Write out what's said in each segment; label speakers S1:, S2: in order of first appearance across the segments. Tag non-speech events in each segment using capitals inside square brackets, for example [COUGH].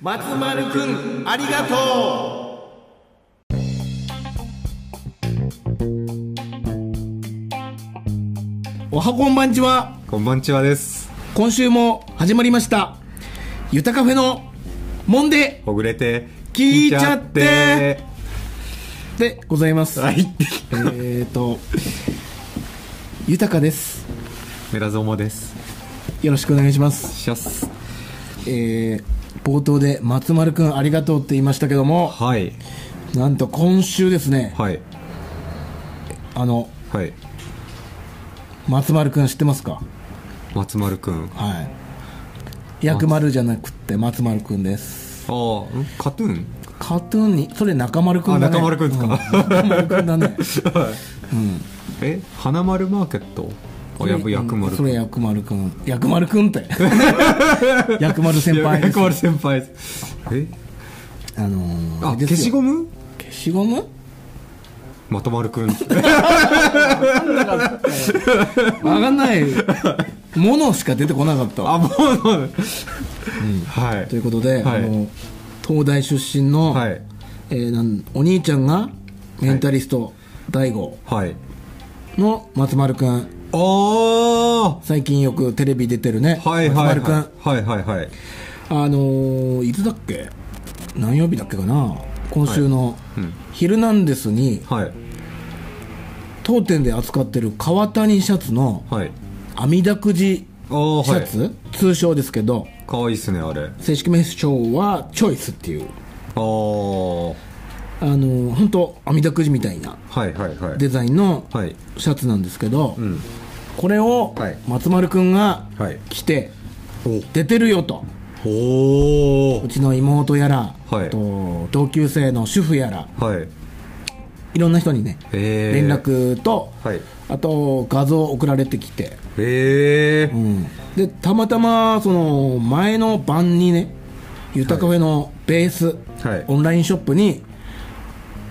S1: 松丸くんありがとうおはこんばんちは
S2: こんばんちはです。
S1: 今週も始まりましたゆたカフェのもんで
S2: ほぐれて、
S1: 聞いちゃってでございます、
S2: はい。
S1: えっ、ー、とゆたかです
S2: メラゾモです。
S1: よろしくお願いします
S2: シャス。
S1: えー、冒頭で松丸くんありがとうって言いましたけども
S2: はい。
S1: なんと今週ですね
S2: はい。
S1: あの
S2: はい。
S1: 松丸くん知ってますか
S2: 松丸くん。あ
S1: はい薬丸じゃなくって松丸くんです
S2: あ、んカトゥーン
S1: カトゥーンにそれ中丸くん
S2: あ、
S1: だね
S2: 中丸くんですか、
S1: 中丸くんだね
S2: え花丸マーケットあ、やぶ、薬丸
S1: そ
S2: くん。
S1: れ薬丸くん薬丸くんって [LAUGHS] 薬丸先輩です
S2: 薬丸先輩です。え
S1: あのー、
S2: あ、
S1: れで
S2: 消
S1: す
S2: し
S1: よ
S2: ゴム
S1: 消しゴム
S2: まとま
S1: [LAUGHS]
S2: るくん。
S1: わかんないものしか出てこなかったわ
S2: あ、もう、は
S1: ということで、
S2: はい
S1: あの東大出身の、
S2: い。はい。
S1: えーなんお兄ちゃんがメンタリスト大悟
S2: はい。
S1: の松丸くん
S2: ああ
S1: 最近よくテレビ出てるね、
S2: はいはい
S1: 松丸くん
S2: はい。はいはいはい。
S1: あのーいつだっけ何曜日だっけかな今週の
S2: うん
S1: 「ヒルナンデス」に
S2: はい。
S1: 当店で扱ってる川谷シャツの
S2: はい。
S1: 阿弥陀くじ
S2: ああ、
S1: シ
S2: は
S1: ャ
S2: い。
S1: ツ、通称ですけど
S2: かわいいっすね、あれ。
S1: 正式名称は「チョイス」っていう
S2: ああは
S1: あのー本当阿弥陀くじみたいない
S2: はいはい
S1: デザインの
S2: はい
S1: シャツなんですけど、
S2: ん
S1: これを
S2: はい
S1: 松丸くんが
S2: はい
S1: 着て出てるよと
S2: おお
S1: うちの妹やら、
S2: はい
S1: あと同級生の主婦やら
S2: はい
S1: いろんな人にね
S2: へー
S1: 連絡と、
S2: はい
S1: あと画像送られてきて、
S2: え
S1: う
S2: ー
S1: んでたまたまその前の晩にねゆたカフェのベース、
S2: はい
S1: オンラインショップに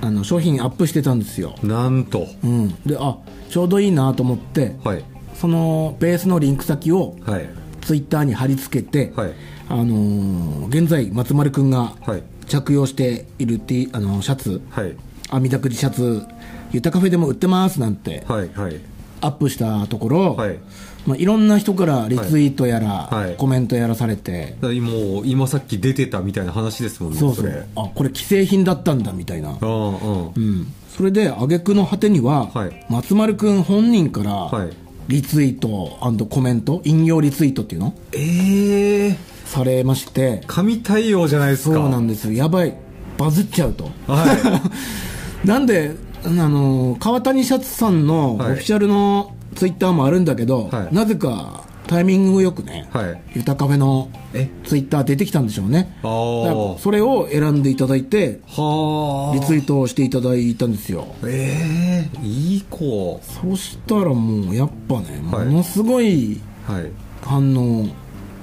S1: あの商品アップしてたんですよ、
S2: なんと
S1: うん、であちょうどいいなと思って、
S2: はい
S1: そのベースのリンク先を
S2: はい
S1: ツイッターに貼り付けて、
S2: はい
S1: あのー現在松丸くんが
S2: はい
S1: 着用している T、あのーシャツ
S2: はい
S1: 阿弥陀くじシャツゆたカフェでも売ってますなんて
S2: はいはい
S1: アップしたところ、
S2: はい
S1: まあ、いろんな人からリツイートやら、
S2: いはい
S1: コメントやらされて、
S2: だからもう今さっき出てたみたいな話ですもんね
S1: そうそ
S2: れ
S1: うあこれ既製品だったんだみたいな、
S2: うんうん
S1: うん、それで挙句の果てには、
S2: はい
S1: 松丸くん本人から、
S2: はい
S1: リツイートコメント引用リツイートっていうの
S2: ええ
S1: されまして
S2: 神対応じゃないですか
S1: そうなんですよやばいバズっちゃうと
S2: は
S1: [LAUGHS] なんであの川谷シャツさんのオフ
S2: はい
S1: ィシャルのツイッターもあるんだけど、
S2: はい
S1: なぜかタイミングよくね、
S2: はい
S1: ゆたカフェの
S2: え
S1: ツイッター出てきたんでしょうねだか
S2: あ
S1: ら
S2: ー
S1: それを選んでいただいて
S2: はあ
S1: リツイートをしていただいたんですよ
S2: ええいい子
S1: そしたらもうやっぱねも
S2: はい
S1: のすごい
S2: はい
S1: 反応、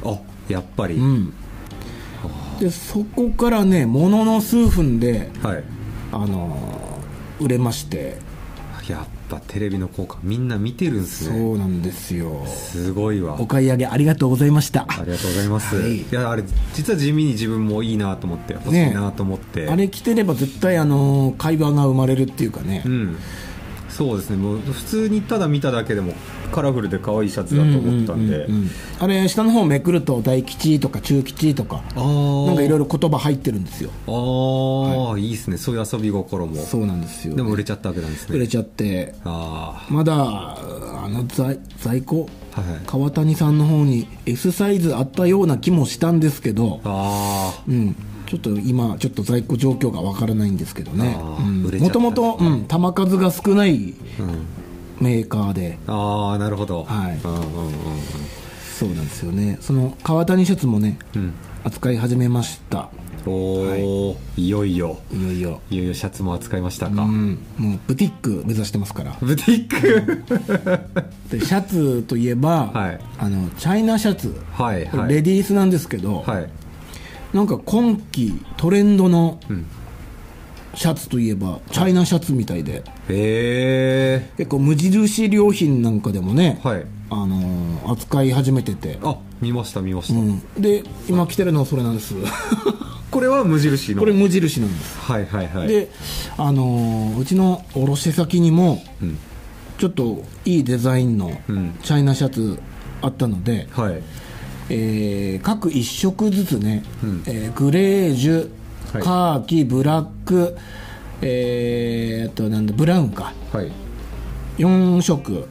S2: あやっぱり
S1: うんでそこからねものの数分で
S2: はい
S1: あのー売れまして
S2: やっぱテレビの効果みんな見てるんす
S1: そ
S2: ね
S1: うなんですよ
S2: すごいわ
S1: お買い上げありがとうございました
S2: ありがとうございます、
S1: はい
S2: い、やあれ実は地味に自分もいいなと思って欲し
S1: ね
S2: いなと思って、
S1: あれ着てれば絶対あのー会話が生まれるっていうかね
S2: うんそうですねもう普通にただ見ただけでもカラフルで可愛いシャツだと思ったんで、
S1: ううんあれ下の方めくると大吉とか中吉とか
S2: あー
S1: なんかいろいろ言葉入ってるんですよ
S2: あー、い、いですねそういう遊び心も
S1: そうなんですよ
S2: でも売れちゃったわけなんです
S1: 売
S2: ね
S1: れちゃって
S2: あ
S1: まだあの在在庫、
S2: あはいはい
S1: 川谷さんの方に S サイズあったような気もしたんですけど、
S2: あ
S1: うん、ちょっと今、ちょっと在庫状況がわからないんですけどね
S2: あー売、れちゃ
S1: も
S2: った
S1: ともと球数が少ない
S2: ー、うん、
S1: メーカーで、
S2: ああなるほど
S1: はい
S2: うんうんうんうん
S1: そうなんですよね、その川谷シャツもね、
S2: ん
S1: 扱い始めました、
S2: おお、い、よいよ
S1: いよいよ、
S2: いよいよシャツも扱いましたか、
S1: うん、もうブティック目指してますから、
S2: ブティック
S1: でシャツといえば、
S2: はい
S1: あのチャイナシャツ、
S2: はい
S1: これ
S2: はい
S1: レディースなんですけど、
S2: はい
S1: なんか今季トレンドの
S2: ん
S1: シャツといえばチャイナシャツみたいで
S2: へえ
S1: 結構無印良品なんかでもね、
S2: はい
S1: あのー扱い始めてて、
S2: あ見ました見まし
S1: う
S2: た、
S1: ん、で今着てるのはそれなんです
S2: これは無印の
S1: これ無印なんです、
S2: はいはいはい
S1: であのーうちの卸先にも
S2: うん
S1: ちょっといいデザインの
S2: うん
S1: チャイナシャツあったので、
S2: はい
S1: えー各1色ずつね、
S2: うん
S1: えーグレージュ、
S2: はい
S1: カーキブラックえー、あとなんだブラウンか
S2: はい
S1: 4色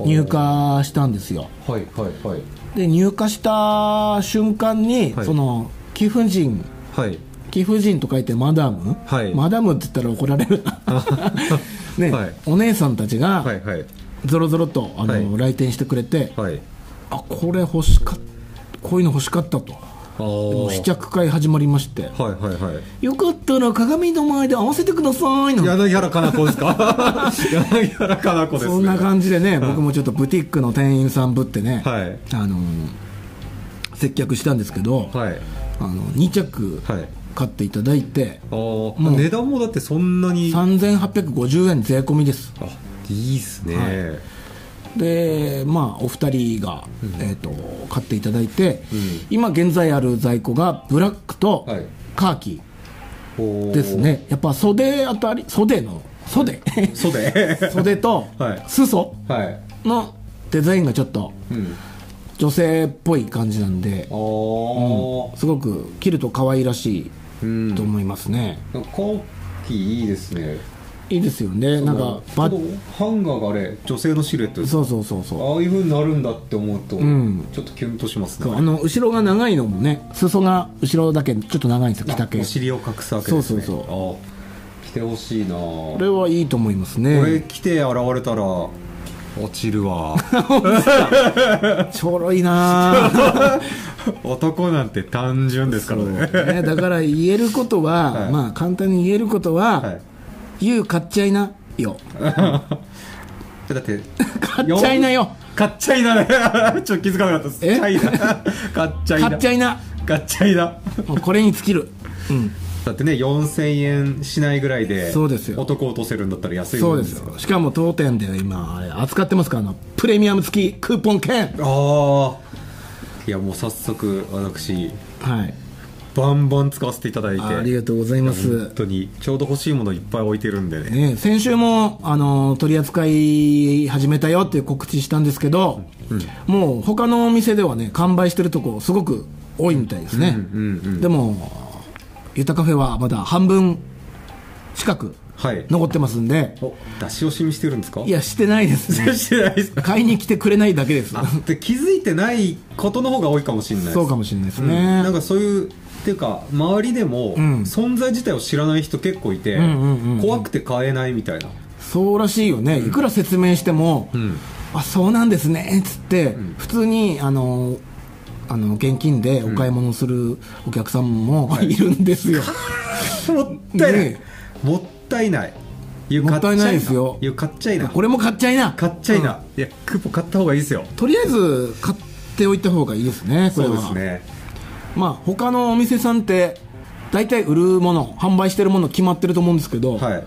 S1: 入荷したんですよ
S2: はいはいはい
S1: で入荷した瞬間に、
S2: はい
S1: その貴婦人
S2: はい
S1: 貴婦人と書いてマダム、
S2: はい
S1: マダムって言ったら怒られる [LAUGHS] ね、
S2: はい
S1: お姉さんたち
S2: は
S1: が
S2: いはい
S1: ぞろぞろとあの、
S2: はい
S1: 来店してくれて、
S2: はい
S1: あこれ欲しかったこういうの欲しかったと
S2: ああ
S1: 試着会始まりまして
S2: はいはいはい
S1: よかったら鏡の前で合わせてくださいなんて
S2: 柳原かな子で
S1: [LAUGHS]
S2: すか柳原かな子ですね
S1: そんな感じでね僕もちょっとブティックの店員さんぶってね、
S2: はい
S1: あの接客したんですけど、
S2: はい
S1: あの2着
S2: はい
S1: 買っていただいて、
S2: ああ値段もだってそんなにあ
S1: 3850円税込みです
S2: いいっすね、
S1: でまあお二人が、えー、と買っていただいて、今現在ある在庫がブラックと
S2: はい
S1: カーキ
S2: おー
S1: ですね、やっぱ袖あたり袖の
S2: [LAUGHS]
S1: 袖
S2: 袖
S1: 袖と
S2: はい
S1: 裾
S2: はい
S1: のデザインがちょっと
S2: うん
S1: 女性っぽい感じなんで
S2: ああ
S1: すごく着ると可愛らし
S2: う
S1: い
S2: ん
S1: と思いますね、
S2: 後期いいですね
S1: いいですよねなんかバ
S2: ちょうどハンガーがあれ女性のシルエットです
S1: そうそうそうそう
S2: ああいう風になるんだって思うと、
S1: ん
S2: ちょっとキュンとします
S1: そうあ
S2: ね
S1: の後ろが長いのもね裾が後ろだけちょっと長いんですよ着丈
S2: お
S1: こ
S2: 尻を隠すわけですね
S1: そうそう
S2: そうああ着てほしいなこ
S1: れはいいと思います
S2: 俺
S1: ね
S2: 着て現れたら落ち
S1: [LAUGHS]
S2: るわ
S1: ちょろいなぁ
S2: 男なんて単純ですからね
S1: ねだから言えることは、
S2: はい
S1: まあ簡単に言えることは、
S2: はい
S1: 言う買っちゃいなよ
S2: だって [LAUGHS]
S1: 買っちゃいなよ
S2: 買っちゃいな [LAUGHS] ねちょっと気づかなかったです
S1: え
S2: チャイナ買っちゃいな
S1: 買
S2: [LAUGHS]
S1: っちゃいな
S2: 買っちゃいな
S1: もうこれに尽きる、うん、
S2: だってね4000円しないぐらいで
S1: そうですよ
S2: 男を落とせるんだったら安い
S1: そ
S2: も
S1: うんですよしかも当店で今あれ扱ってますからあのプレミアム付きクーポン券
S2: ああいやもう早速私
S1: はい
S2: バンバン使わせていただいて
S1: ありがとうございます
S2: 本当にちょうど欲しいものいっぱい置いてるんでね
S1: ね、先週も、あの取り扱い始めたよっていう告知したんですけど、もう他のお店ではね完売してるとこすごく多いみたいですね、
S2: うんうん
S1: でもゆたカフェはまだ半分近く
S2: はい
S1: 残ってますんで
S2: お出し惜しみしてるんですか
S1: いやしてないですね
S2: してないですか
S1: 買いに来てくれないだけです
S2: [LAUGHS] あで気づいてないことの方が多いかもしれないです
S1: そうかもしれないですね、
S2: うんなんかそういうっていうか周りでも
S1: ん
S2: 存在自体を知らない人結構いて、
S1: んうんうんうん
S2: 怖くて買えないみたいな
S1: そうらしいよね、いくら説明しても、
S2: ん
S1: あそうなんですねっつって、普通にあのあの現金でお買い物するお客さんもいるんですよ、
S2: [LAUGHS] もったいない、
S1: ね
S2: もったいない言う
S1: もったいないですよ
S2: 買っちゃいな
S1: これも買っちゃいな、
S2: 買っちゃいな、いやクーポン買った方がいいですよ
S1: とりあえず買っておいた方がいいですね、これ
S2: そう
S1: は。
S2: ですね
S1: まあ他のお店さんって大体売るもの販売してるもの決まってると思うんですけど、
S2: はい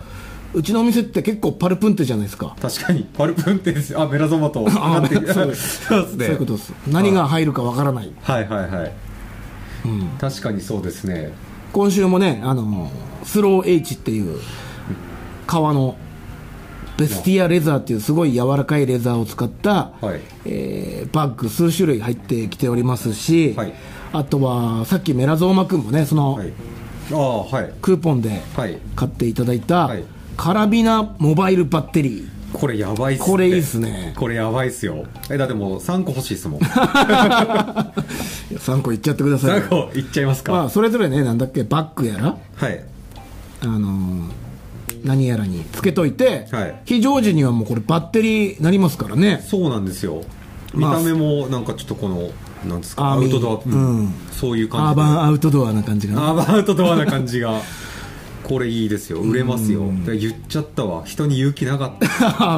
S2: う
S1: ちのお店って結構パルプンテじゃないですか
S2: 確かにパルプンテですよあメラゾマと上がって
S1: あそう
S2: そう
S1: で
S2: ですすね
S1: そういうことです何が入るかわからない
S2: はいはいはい、確かにそうですね
S1: 今週もねあのスロー H っていう革のベスティアレザーっていうすごい柔らかいレザーを使った、
S2: はい
S1: えーバッグ数種類入ってきておりますし、
S2: はい
S1: あとはさっきメラゾーマ君もねその
S2: はいああはい
S1: クーポンで
S2: はい
S1: 買っていただいた
S2: はい
S1: カラビナモバイルバッテリー
S2: これやばいっすね
S1: これいいっすね
S2: これやばいっすよえだってもう3個欲し
S1: [LAUGHS]
S2: いっすもん
S1: 3個いっちゃってください
S2: 3個いっちゃいますか、
S1: まあそれぞれねなんだっけバッグやら
S2: はい
S1: あのー何やらにつけといて、
S2: はい
S1: 非常時にはもうこれバッテリーになりますからね
S2: そうなんですよ見
S1: まあ
S2: た目もなんかちょっとこのなんですか
S1: ア
S2: ア
S1: ーミー
S2: ウトドア、うん
S1: うん
S2: そういう感
S1: アー
S2: じで
S1: バンアウトドアな感じがな
S2: アーバンアウトドアな感じが [LAUGHS] これいいですよ売れますよで言っちゃったわ人に勇気なかっ た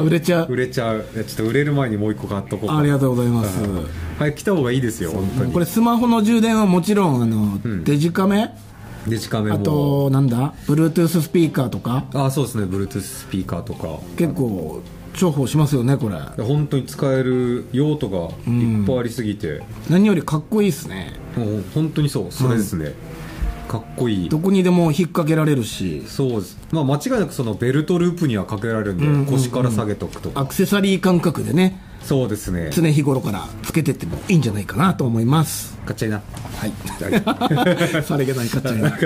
S1: [LAUGHS] 売れちゃう
S2: 売れちゃういやちょっと売れる前にもう一個買っとこうか
S1: ありがとうございます、
S2: うんはい来た方がいいですよ本当
S1: もう
S2: に
S1: これスマホの充電はもちろんあの、デジカメ
S2: デジカメ
S1: あ
S2: も
S1: となんだ Bluetooth スピーカーとか
S2: あそうですね Bluetooth スピーカーとか
S1: 結構重宝しますよねこれ
S2: 本当に使える用途がいっぱいありすぎて、
S1: 何よりかっこいいですね
S2: もう本当にそうそれですね、かっこいい
S1: どこにでも引っ掛けられるし
S2: そうです、まあ、間違いなくそのベルトループにはかけられるんで、腰から下げとくとか
S1: アクセサリー感覚でね
S2: そうですね
S1: 常日頃からつけてってもいいんじゃないかなと思います
S2: かっちゃいな
S1: はい [LAUGHS] さりげないかっちゃいな
S2: [LAUGHS]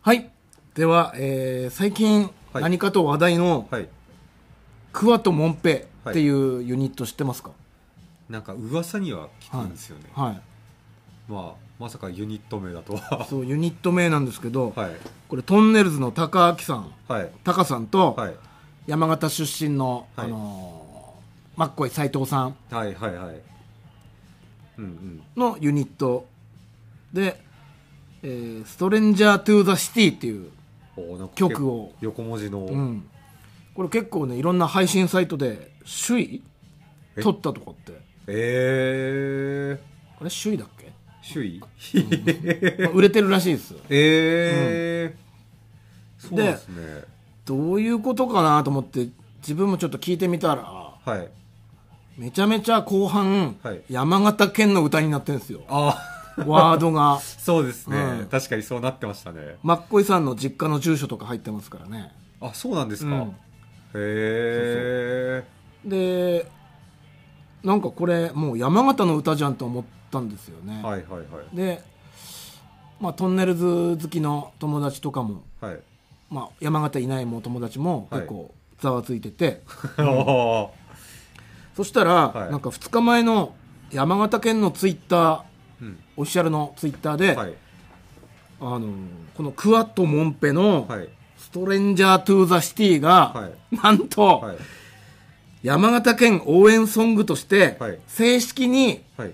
S1: はいでは、えー最近
S2: はい
S1: 何かと話題の
S2: はい
S1: クワとモンペっていうユニット知ってますか
S2: なんか噂には聞くんですよね、
S1: はい
S2: まあまさかユニット名だとは
S1: そうユニット名なんですけど、
S2: はい
S1: これトンネルズの高明さん
S2: はい
S1: 高さんと、
S2: はい
S1: 山形出身の、
S2: はい
S1: あのーマッコイ斎藤さん
S2: はいはいはいうんうん
S1: のユニットで、えーストレンジャー・トゥ・ザ・シティ」っていう、
S2: おーなんか
S1: 曲を
S2: 横文字の、
S1: うんこれ結構ねいろんな配信サイトで首位
S2: え
S1: 取ったとかって
S2: ええ
S1: あれ首位だっけ、
S2: ー、首
S1: [LAUGHS]
S2: 位
S1: まあ売れてるらしいです
S2: ええーそうなん
S1: で
S2: ですね
S1: どういうことかなと思って自分もちょっと聞いてみたら
S2: はい
S1: めちゃめちゃ後半、
S2: はい
S1: 山形県の歌になってるんですよ
S2: ああ
S1: ワード
S2: [LAUGHS]
S1: が
S2: そうですね、
S1: うん
S2: 確かにそうなってましたね
S1: マッコイさんの実家の住所とか入ってますからね
S2: あそうなんですか、
S1: うん
S2: へえ
S1: でなんかこれもう山形の歌じゃんと思ったんですよね、
S2: はいはいはい
S1: で、まあ、トンネルズ好きの友達とかも、 [LAUGHS]
S2: はい
S1: まあ、山形いないも友達も
S2: はい
S1: 結構ざわついてて、
S2: あー
S1: そしたら、
S2: はい
S1: なんか2日前の山形県のツイッター
S2: うん
S1: オフィシャルのツイッターで、
S2: はい
S1: あのこのクワットモンペの
S2: はい
S1: 「ストレンジャー・トゥ・ザ・シティが」
S2: は
S1: なんと、
S2: はい
S1: 山形県応援ソングとして、
S2: はい
S1: 正式に
S2: はい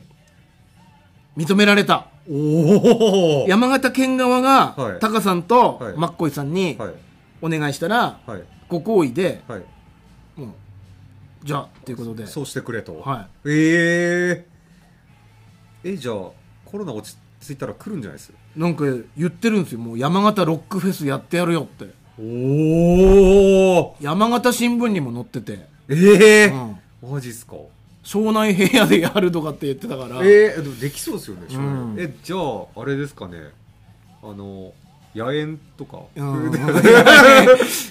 S1: 認められた。
S2: おお
S1: 山形県側
S2: は
S1: が
S2: い
S1: タカさんと
S2: はい
S1: マッコイさんに
S2: はい
S1: お願いしたら
S2: はい
S1: ご好意で
S2: はい
S1: もうじゃあということで
S2: そうしてくれと
S1: はい
S2: えええじゃあコロナ落ち着いたら来るんじゃないです
S1: なんか言ってるんですよもう山形ロックフェスやってやるよって
S2: おお
S1: 山形新聞にも載ってて
S2: ええ
S1: うん
S2: マジっすか
S1: 庄内平野でやるとかって言ってたから
S2: ええでもできそうですよね、将来
S1: うん
S2: えじゃああれですかねあの野猿とか、
S1: うん
S2: [LAUGHS]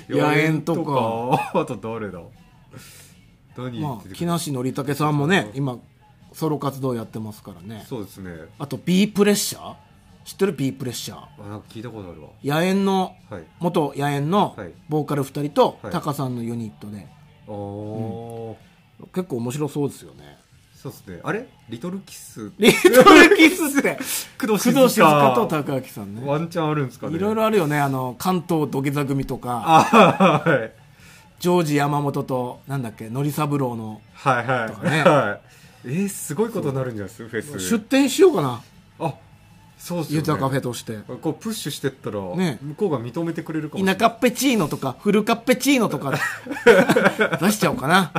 S1: 野猿とか
S2: かあと誰だ何
S1: ま
S2: 出
S1: あ
S2: てく
S1: 木
S2: る
S1: 梨憲武さんもね今ソロ活動やってますからね
S2: そうですね
S1: あと B プレッシャー知ってる B プレッシャー
S2: あなんか聞いたことあるわ
S1: 野猿の
S2: はい
S1: 元野猿の
S2: はい
S1: ボーカル2人と
S2: はい
S1: タカさんのユニットで、
S2: あー
S1: 結構面白そうですよね
S2: そうですねあれリトルキス
S1: リトルキスって
S2: 工
S1: 工藤静香と高明さんね
S2: ワンチャンあるんですかね
S1: いろいろあるよねあの関東土下座組とか
S2: あーはい
S1: ジョージ山本となんだっけノリ三郎の
S2: はいはい
S1: とかね
S2: はいえー、すごいことになるんじゃないですかフェ
S1: 出
S2: ス
S1: 店しようかな
S2: あそうっすよね
S1: ゆたカフェとして
S2: こうプッシュしてったら、
S1: ね
S2: 向こうが認めてくれるかもしれ
S1: 田
S2: ない
S1: 舎っぺチーノとかフルカッペチーノと
S2: [LAUGHS]
S1: か出しちゃおうかな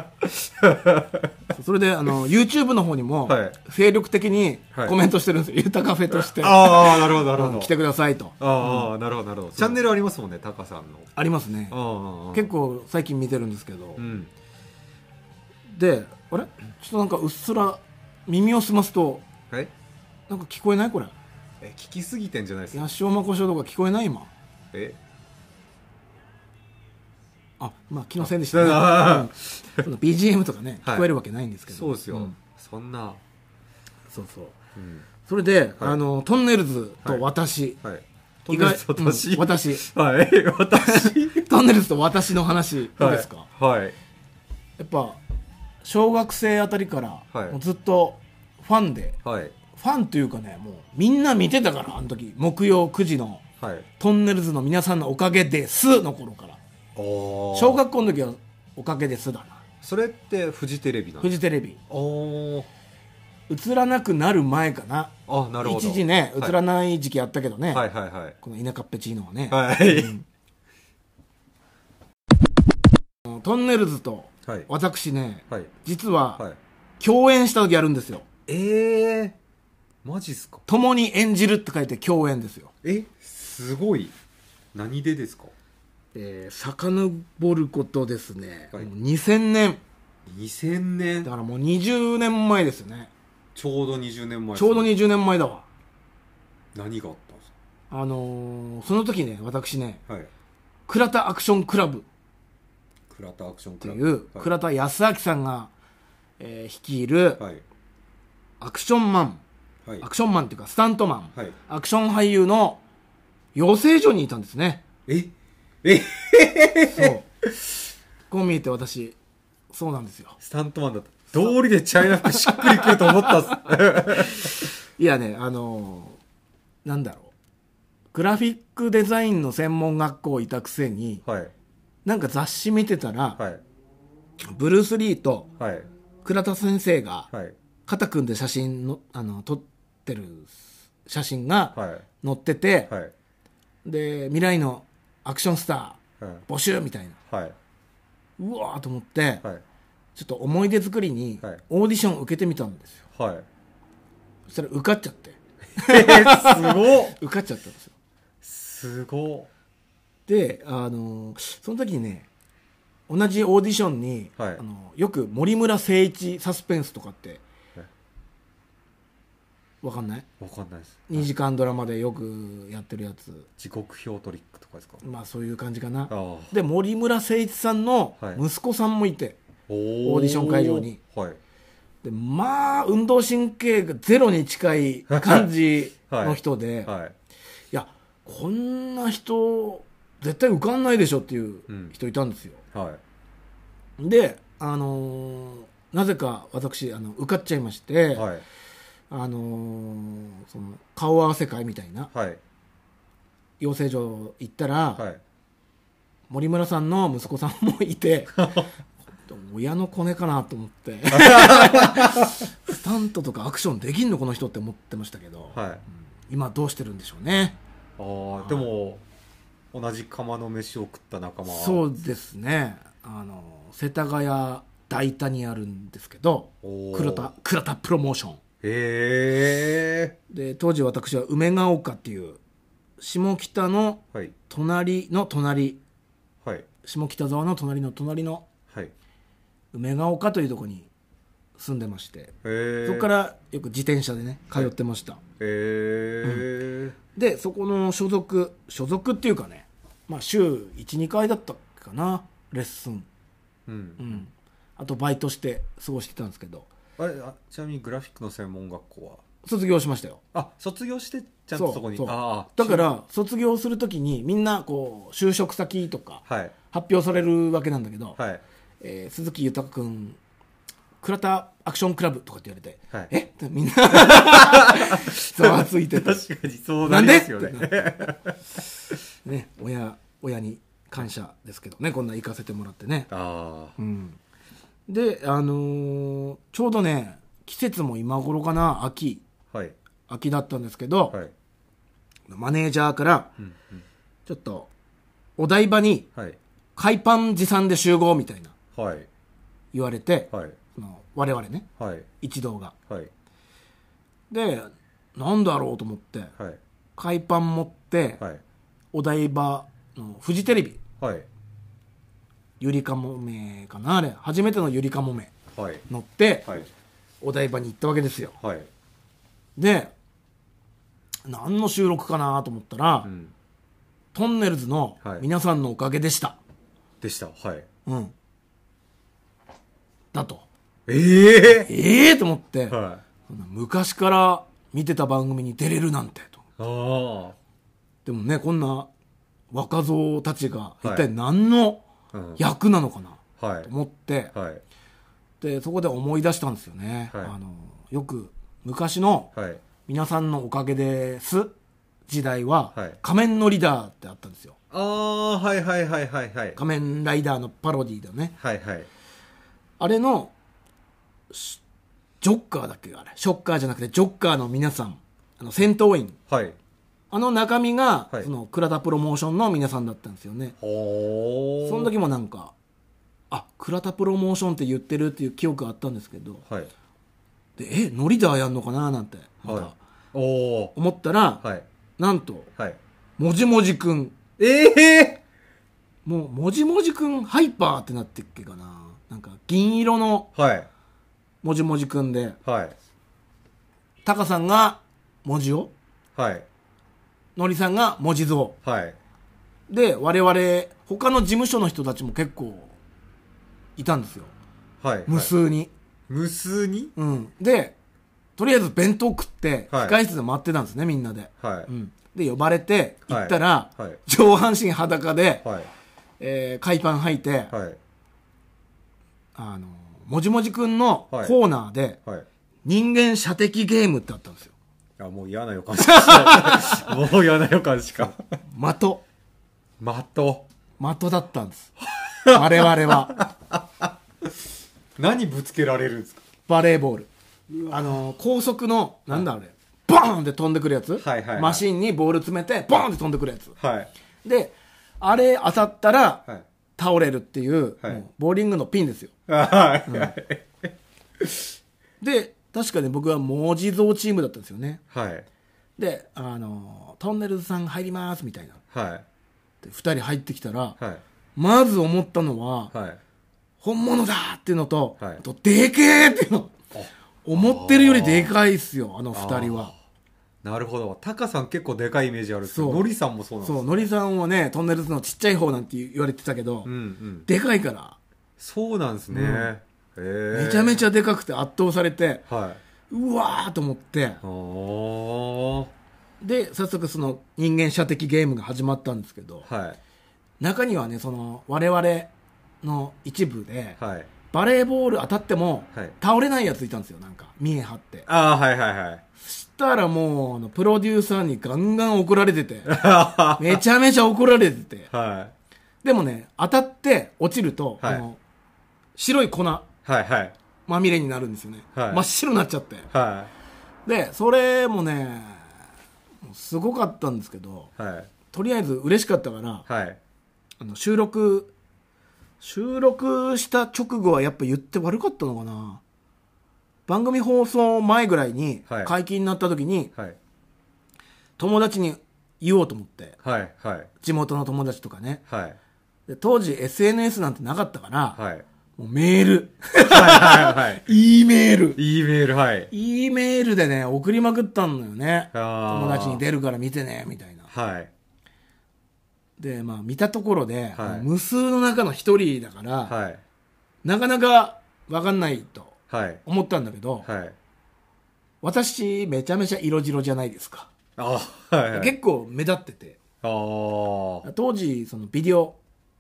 S1: それであの YouTube の方にも
S2: はい
S1: 精力的に
S2: はい
S1: コメントしてるんですよ、ゆたカフェとして
S2: ああなるほどなるほど、
S1: 来てくださいと
S2: ああなるほどなるほどチャンネルありますもんねタカさんの
S1: ありますね
S2: ああ
S1: 結構最近見てるんですけど、
S2: うん
S1: であれちょっとなんかうっすら耳を澄ますと
S2: え
S1: なんか聞こえないこれ
S2: え聞きすぎてんじゃないですか
S1: 八潮真故障とか聞こえない今
S2: え
S1: あまあ気のせいでしたね、
S2: あ
S1: うんその BGM とかね
S2: はい
S1: 聞こえるわけないんですけど、
S2: そうですよ、
S1: ん
S2: そんな、
S1: そうそう
S2: うん、
S1: それで、あのトンネルズと私、
S2: はい
S1: 意外
S2: とりあえず
S1: うん私
S2: はい [LAUGHS] 私
S1: トンネルズと私の話どうですか、
S2: はい、はい、
S1: やっぱ小学生あたりから、
S2: はい
S1: もうずっとファンで
S2: はい
S1: ファンというかねもうみんな見てたからあの時木曜9時の
S2: はい
S1: トンネルズの皆さんのおかげですの頃から
S2: お
S1: 小学校の時はおかげですだな
S2: それってフジテレビなん
S1: フ
S2: です
S1: ジテレビ
S2: おー
S1: 映らなくなる前かな
S2: あなるほど
S1: 一時ね映ら
S2: な
S1: ない時期あったけどね、
S2: はいはいはい
S1: この田舎っぺチーノはね、
S2: はい、
S1: トンネルズと
S2: はい
S1: 私ね
S2: はい
S1: 実
S2: は
S1: はい共演した時あるんですよ
S2: ええマジっすか
S1: 「共に演じる」って書いて共演ですよ
S2: えすごい何でですか
S1: えー、遡ることですね、
S2: はい
S1: もう2000年
S2: 2000年
S1: だからもう20年前ですよね
S2: ちょうど20年前
S1: ちょうど20年前だわ
S2: 何があったんですか
S1: あのーその時ね私ね
S2: はい
S1: 倉田アクションクラブっ
S2: 倉田アクションク
S1: て
S2: ラ
S1: い
S2: ブ
S1: う倉田康明さんが、えー率いる
S2: はい
S1: アクションマン
S2: はい
S1: アクションマンっていうかスタントマン、
S2: はい
S1: アクション俳優の養成所にいたんですね
S2: ええ
S1: そうこう見えて私そうなんですよ
S2: スタントマンだった道理でチャイナ服しっくりくると思ったっす
S1: いやねあのーなんだろうグラフィックデザインの専門学校いたくせに
S2: はい
S1: なんか雑誌見てたら、
S2: はい
S1: ブルース・リーと
S2: はい
S1: 倉田先生が
S2: はい
S1: 肩組んで写真のあの撮ってる写真が
S2: はい
S1: 載ってて、
S2: はい
S1: で未来のアクションスタ
S2: はい
S1: ー募集みたいな
S2: はいう
S1: わーと思って、
S2: はい
S1: ちょっと思い出作りに
S2: はい
S1: オーディション受けてみたんですよ
S2: はい
S1: そしたら受かっちゃって
S2: えー、すごっ
S1: 受かっちゃったんですよ
S2: [LAUGHS] すご
S1: であのその時にね同じオーディションに、
S2: はい
S1: あのよく森村誠一サスペンスとかって
S2: はい
S1: わかんない
S2: っわかんないです
S1: 2時間ドラマでよくやってるやつ
S2: 時刻表トリックとかですか
S1: まあそういう感じかな
S2: ああ
S1: で森村誠一さんの
S2: はい
S1: 息子さんもいて、
S2: オ
S1: オーディション会場に
S2: はい
S1: でまあ運動神経がゼロに近い感じの人で、い
S2: [LAUGHS] はい
S1: やこんな人絶対受かんないでしょっていう人いたんですよ、
S2: はい
S1: であのーなぜか私あの受かっちゃいまして、
S2: はい
S1: あのーその顔合わせ会みたいな
S2: はい
S1: 養成所行ったら、
S2: はい
S1: 森村さんの息子さんもい
S2: [LAUGHS]
S1: て親のコネかなと思ってスタントとかアクションできんのこの人って思ってましたけど、
S2: はい
S1: 今どうしてるんでしょうね
S2: あーでも同じ釜の飯を食った仲間
S1: そううですねあの世田谷代田にあるんですけど
S2: おー
S1: 倉田倉田プロモーション
S2: へ
S1: で当時私は梅ヶ丘っていう下北の
S2: えはい
S1: 隣の隣
S2: はい
S1: 下北沢の隣の隣の
S2: はいへ
S1: 梅ヶ丘というとこに住んでまして、
S2: え
S1: そこからよく自転車でね通ってました、
S2: へえ
S1: でそこの所属所属っていうかねまあ週12回だったかなレッスン
S2: うん、
S1: うんあとバイトして過ごしてたんですけど
S2: あれあちなみにグラフィックの専門学校
S1: 卒業しましたよ
S2: はあ卒業してちゃんとそこに
S1: そうそう
S2: ああ
S1: だから卒業するときにみんなこう就職先とか
S2: はい
S1: 発表されるわけなんだけど、
S2: はい
S1: えー鈴木豊君倉田アクションクラブとかって言われて、
S2: はい
S1: えって
S2: [LAUGHS]
S1: みんなざわついてて
S2: [LAUGHS] 確かにそう
S1: な
S2: なんり
S1: で
S2: ま
S1: っ
S2: す
S1: て
S2: よ
S1: な
S2: ね
S1: ね親親に感謝ですけどねこんな行かせてもらってね、
S2: ああ
S1: うん、であのーちょうどね季節も今頃かな秋
S2: はい
S1: 秋だったんですけど、
S2: はい
S1: マネージャーから
S2: うん
S1: ちょっとお台場に
S2: うんはい
S1: 海パン持参で集合みたいな
S2: はい
S1: 言われて、
S2: はい
S1: その我々ね
S2: はい
S1: 一同が
S2: はい
S1: でなんだろうと思って
S2: はい
S1: 海パン持って、
S2: はい
S1: お台場のフジテレビ
S2: はい
S1: ゆりかもめかなあれ初めてのゆりかもめ
S2: はい
S1: 乗って、
S2: はい
S1: お台場に行ったわけですよ
S2: はい
S1: で何の収録かなと思ったら、
S2: うん
S1: トンネルズの
S2: はい
S1: 皆さんのおかげでした、
S2: でしたはい
S1: うんだと
S2: ええ
S1: ええー、と思って、
S2: はい
S1: そんな昔から見てた番組に出れるなんてと
S2: あ
S1: でもねこんな若造たちが
S2: い
S1: 一体何の
S2: あうん
S1: 役なのかな、
S2: は
S1: と
S2: い
S1: 思って、
S2: はい
S1: でそこで思い出したんですよね、
S2: はい
S1: あのよく昔の
S2: はい
S1: 「皆さんのおかげです」時代は
S2: はい
S1: 「仮面のリーダー」ってあったんですよ
S2: ああはいはいはいはいはい
S1: 仮面ライダーのパロディーだね
S2: はいはい
S1: あれのしジョッカーだっけあれショッカーじゃなくてジョッカーの皆さんあの戦闘員
S2: はい
S1: あの中身が、
S2: はい
S1: その倉田プロモーションの皆さんだったんですよね
S2: ほー
S1: その時もなんかあ倉田プロモーションって言ってるっていう記憶があったんですけど
S2: はい
S1: でえノリダーやんのかななんてま
S2: は
S1: た
S2: いおお
S1: 思ったら、
S2: はい
S1: なんと
S2: はい
S1: もじもじくん
S2: ええ
S1: もうもじもじくんハイパーってなってっけかななんか銀色の
S2: はい。
S1: もじもじくんで、
S2: はい。
S1: タカさんが文字を、
S2: はい。
S1: ノリさんが文字像。
S2: はい。
S1: で、我々、他の事務所の人たちも結構、いたんですよ。
S2: はい。
S1: 無数に。
S2: 無数に
S1: うん。で、とりあえず弁当食って、
S2: はい
S1: 控室で待ってたんですね、みんなで。
S2: は
S1: うん。で、呼ばれて、
S2: はい
S1: 行ったら、
S2: はい
S1: 上半身裸で、
S2: い。はい。
S1: えー、海パン履いて、
S2: はい。
S1: あの、もじもじくんのコ
S2: はい
S1: ーナーで、
S2: はい。
S1: 人間射的ゲームってあったんですよ。
S2: あ、もう嫌な予感しかしない。 [LAUGHS] もう嫌な予感しか。
S1: 的。
S2: 的。
S1: 的だったんです。
S2: [LAUGHS]
S1: 我々は、
S2: 何ぶつけられるんですか
S1: バレーボール。あの、高速の、なんだあれ、ボーンって飛んでくるやつ、
S2: はいはいはい
S1: マシンにボール詰めて、ボーンって飛んでくるやつ。
S2: はい。
S1: で、あれ当たったら、
S2: はい。
S1: 倒れるっていう、
S2: はい
S1: もうボーリングのピンですよ。
S2: はい。はい。
S1: で、確かに僕は文字像チームだったんですよね。
S2: はい。
S1: で、あの、トンネルズさん入りますみたいな。
S2: はい。
S1: で、二人入ってきたら、
S2: はい。
S1: まず思ったのは、
S2: はい。
S1: 本物だっていうのと、
S2: はい
S1: あとでけえっていうの。思ってるよりでかいっすよ、あの二人は。
S2: なるほど。タカさん結構でかいイメージあるんですけど、
S1: そう
S2: ノリさんもそうなんです
S1: そ
S2: よ
S1: う、のりさんはね、トンネルズのちっちゃい方なんて言われてたけど、
S2: うんうん。
S1: でかいから、
S2: そうなんですね。
S1: うん
S2: へえ。
S1: めちゃめ
S2: ち
S1: ちゃでかくて圧倒されて、
S2: ゃ。はい。
S1: うわーと思って、
S2: おー。
S1: で、早速その人間射的ゲームが始まったんですけど、
S2: はい。
S1: 中にはね、その我々の一部で、
S2: はい。
S1: バレーボール当たっても、
S2: はい
S1: 倒れないやついたんですよ、なんか、見え張って。
S2: ああ、はいはい [LAUGHS] はい。
S1: そしたらもう、あの、プロデューサーにガンガン怒られ
S2: [LAUGHS]
S1: てて、めちゃめちゃ怒られてて、
S2: はい。
S1: でもね、当たって落ちると、
S2: はい
S1: あの白い粉ま
S2: はいはい。
S1: みれになるんですよね。
S2: はい
S1: 真っ白になっちゃって。
S2: は
S1: で、それもね、もうすごかったんですけど、
S2: い。はい。
S1: とりあえず嬉しかったから、
S2: はい。
S1: あの収録、収録した直後はやっぱ言って悪かったのかな。番組放送前ぐらいに
S2: はい
S1: 解禁になった時に
S2: はい。
S1: 友達に言おうと思って、
S2: はい。はい。
S1: 地元の友達とかね。
S2: はい。
S1: で当時 SNS なんてなかったから、
S2: はい。
S1: もうメール。
S2: はいはいはい。
S1: E メール。
S2: E メール、はい。
S1: E メールでね、送りまくったんだよね。
S2: あー
S1: 友達に出るから見てね、みたいな。
S2: はい。
S1: で、まあ見たところで、
S2: はい
S1: 無数の中の一人だから、
S2: はい。
S1: なかなかわかんないと
S2: はい。
S1: 思ったんだけど、
S2: はい。
S1: 私、めちゃめちゃ色白じゃないですか。
S2: ああ、はいはい。
S1: 結構目立ってて、
S2: ああ。は
S1: 当時、そのビデオ、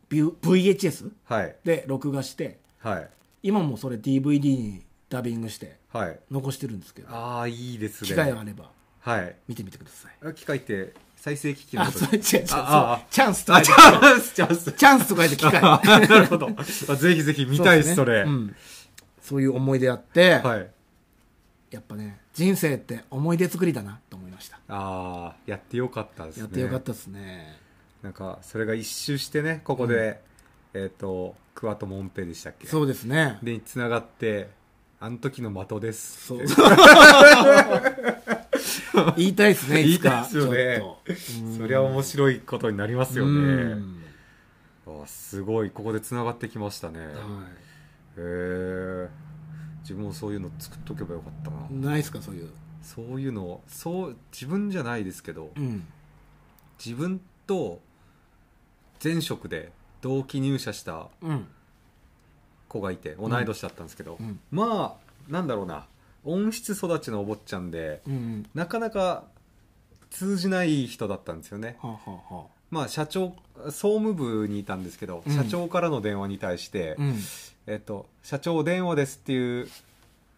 S1: ビュ VHS
S2: い。
S1: で録画して、
S2: はい。
S1: 今もそれ DVD にダビングして
S2: はい。
S1: 残してるんですけど、
S2: ああ、いいですね。
S1: 機会があれば
S2: はい。
S1: 見てみてください。
S2: あ機械って再生機器の
S1: あ、
S2: こと
S1: そう、違う違う。そうチ
S2: ああ
S1: ャンスとか
S2: あ、
S1: 言っ
S2: チ
S1: て
S2: ャンス、チャンス。
S1: チャンスとか言って機
S2: あ
S1: 会。
S2: なる
S1: [LAUGHS]
S2: ほど。あぜひぜひ見たいです、それ。
S1: ううんそういう思い出あって、
S2: はい。
S1: やっぱね、人生って思い出作りだなと思いました。
S2: ああ、やってよかったですね。
S1: やってよかったですね。
S2: なんか、それが一周してね、ここで、えっ、と、クワとモンペでしたっけ
S1: そうですね。
S2: で、繋がって、あの時の的です
S1: そ
S2: っ [LAUGHS]
S1: う
S2: て。。
S1: 言いたいですね、いつか。
S2: 言いたいっすよね
S1: ちょっとうん
S2: そりゃ面白いことになりますよ
S1: う
S2: ね。
S1: ん
S2: あすごい、ここで繋がってきましたね。
S1: は
S2: へえ。自分もそういうの作っとけばよかったな。
S1: い。ないですか、そういう。
S2: そういうの、そう、自分じゃないですけど、
S1: うん。
S2: 自分と前職で同期入社した
S1: うん。
S2: 子がいて、同い年だったんですけど、
S1: うん
S2: まあ、なんだろうな、温室育ちのお坊ちゃんで、
S1: うん。
S2: なかなか通じない人だったんですよね。
S1: はあ、はあは
S2: まあ、社長、総務部にいたんですけど、
S1: うん
S2: 社長からの電話に対して、
S1: あ、うん。
S2: えっと、社長電話ですっていう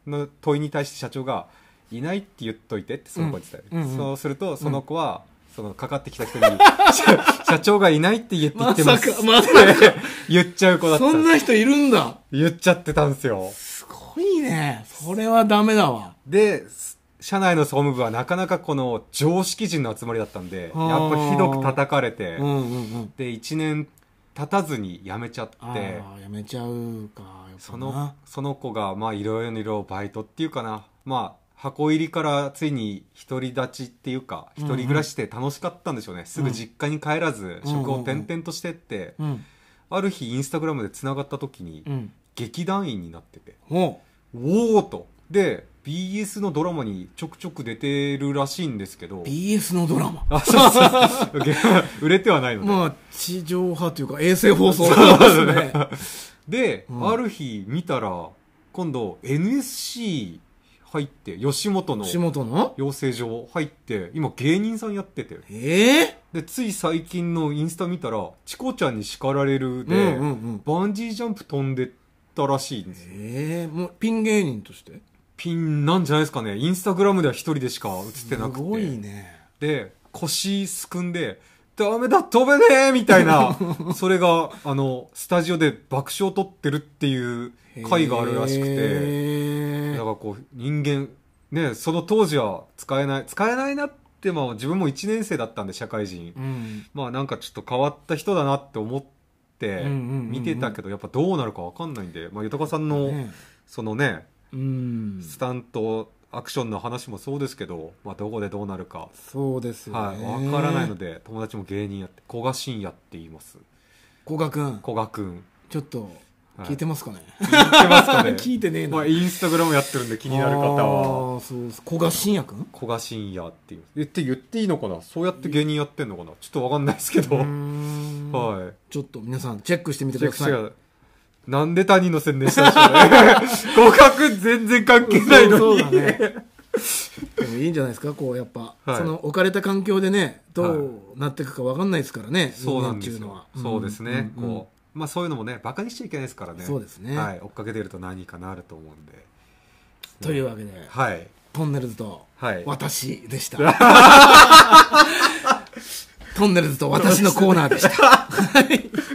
S2: の問いに対して社長が、いないって言っといてってその子は言ってた、
S1: うんうんうん
S2: そうすると、その子は、そのかかってきた人に、社社長がいないって言ってき
S1: ま
S2: て
S1: さ
S2: ま
S1: か
S2: す、
S1: まさ
S2: って言っちゃう子だ
S1: か。
S2: った
S1: そ
S2: ん
S1: ん
S2: です。
S1: な人いるんだ。
S2: 言っちゃってたんですよ。
S1: すごいね。それはダメだわ。
S2: で、す社内の総務部はなかなかこの常識人の集まりだったんで、やっ
S1: あー
S2: ぱひどく叩かれて
S1: う、んうんうん。
S2: で、1年経たずに辞めちゃって、
S1: ああ、やめちゃうか。やっぱな
S2: その、その子が、まあ、いろいろバイトっていうかな。まあ、箱入りからついに独り立ちっていうか、
S1: うん
S2: 一人暮らしで楽しかったんでしょうね。すぐ実家に帰らず、
S1: うん
S2: 職を転々としてって、
S1: うん。
S2: ある日インスタグラムで繋がった時に、
S1: うん。
S2: 劇団員になってて
S1: ほ
S2: おおとで BS のドラマにちょくちょく出てるらしいんですけど
S1: う BS のドラマ
S2: あそうそうそう [LAUGHS] 売れてはないので、
S1: まあ地上波というか衛星放送ですね
S2: [LAUGHS] で、
S1: うん
S2: ある日見たら今度 NSC 入って吉本の
S1: 吉本の
S2: 養成所入って今芸人さんやってて
S1: ええ
S2: でつい最近のインスタ見たら「チコちゃんに叱られるで」
S1: うんうんうん
S2: バンジージャンプ飛んでったらしいんです
S1: ええもうピン芸人として
S2: ピンなんじゃないですかねインスタグラムでは一人でしか映ってなくて
S1: すごいね
S2: で腰すくんで「ダメだ飛べねえ!」みた
S1: [LAUGHS]
S2: いなそれがあのスタジオで爆笑を取ってるっていう回があるらしくて
S1: て
S2: なんかこう人間ねその当時は使えない使えないなってまあ自分も1年生だったんで社会人
S1: うん
S2: まあなんかちょっと変わった人だなって思って
S1: うんうんうんうん
S2: 見てたけどやっぱどうなるかわかんないんで、まあ、豊さんの
S1: ね
S2: そのね
S1: うん
S2: スタントアクションの話もそうですけど、まあ、どこでどうなるか、
S1: そうですよ
S2: はい、
S1: ね
S2: 分からないので友達も芸人やって古賀信也って言います
S1: 古賀君
S2: 古賀
S1: [LAUGHS]
S2: くん
S1: ちょっと
S2: はい
S1: 聞いてますかね、
S2: 聞いてますかね
S1: [LAUGHS] 聞いてねえな、
S2: まあ、インスタグラムやってるんで気になる方は
S1: あーそうそう古賀信也君
S2: 古賀信也って言います言って言っていいのかなそうやって芸人やってんのかなちょっと分かんないですけど、
S1: うーん
S2: はい
S1: ちょっと皆さんチェックしてみて
S2: チ
S1: く
S2: ェッ
S1: だ
S2: ク
S1: さい
S2: してなんで他人の宣伝したんでしょうね。合 [LAUGHS] 格全然関係ないの
S1: そう
S2: に。
S1: だ
S2: [LAUGHS]
S1: ねでもいいんじゃないですかこうやっぱ、
S2: はい
S1: その置かれた環境でねどうなっていくか分かんないですからね、
S2: そうなんです
S1: 人間
S2: よ
S1: っ。ていのは
S2: そうですね。
S1: うんうんうん
S2: こう、まあそういうのもね、馬鹿にしちゃいけないですからね。
S1: そうですね
S2: はい。追っかけてると何かなると思うんで。
S1: というわけで、
S2: はい。
S1: トンネルズと
S2: はい。
S1: 私で
S2: [LAUGHS]
S1: したトンネルズと私のコーナーでした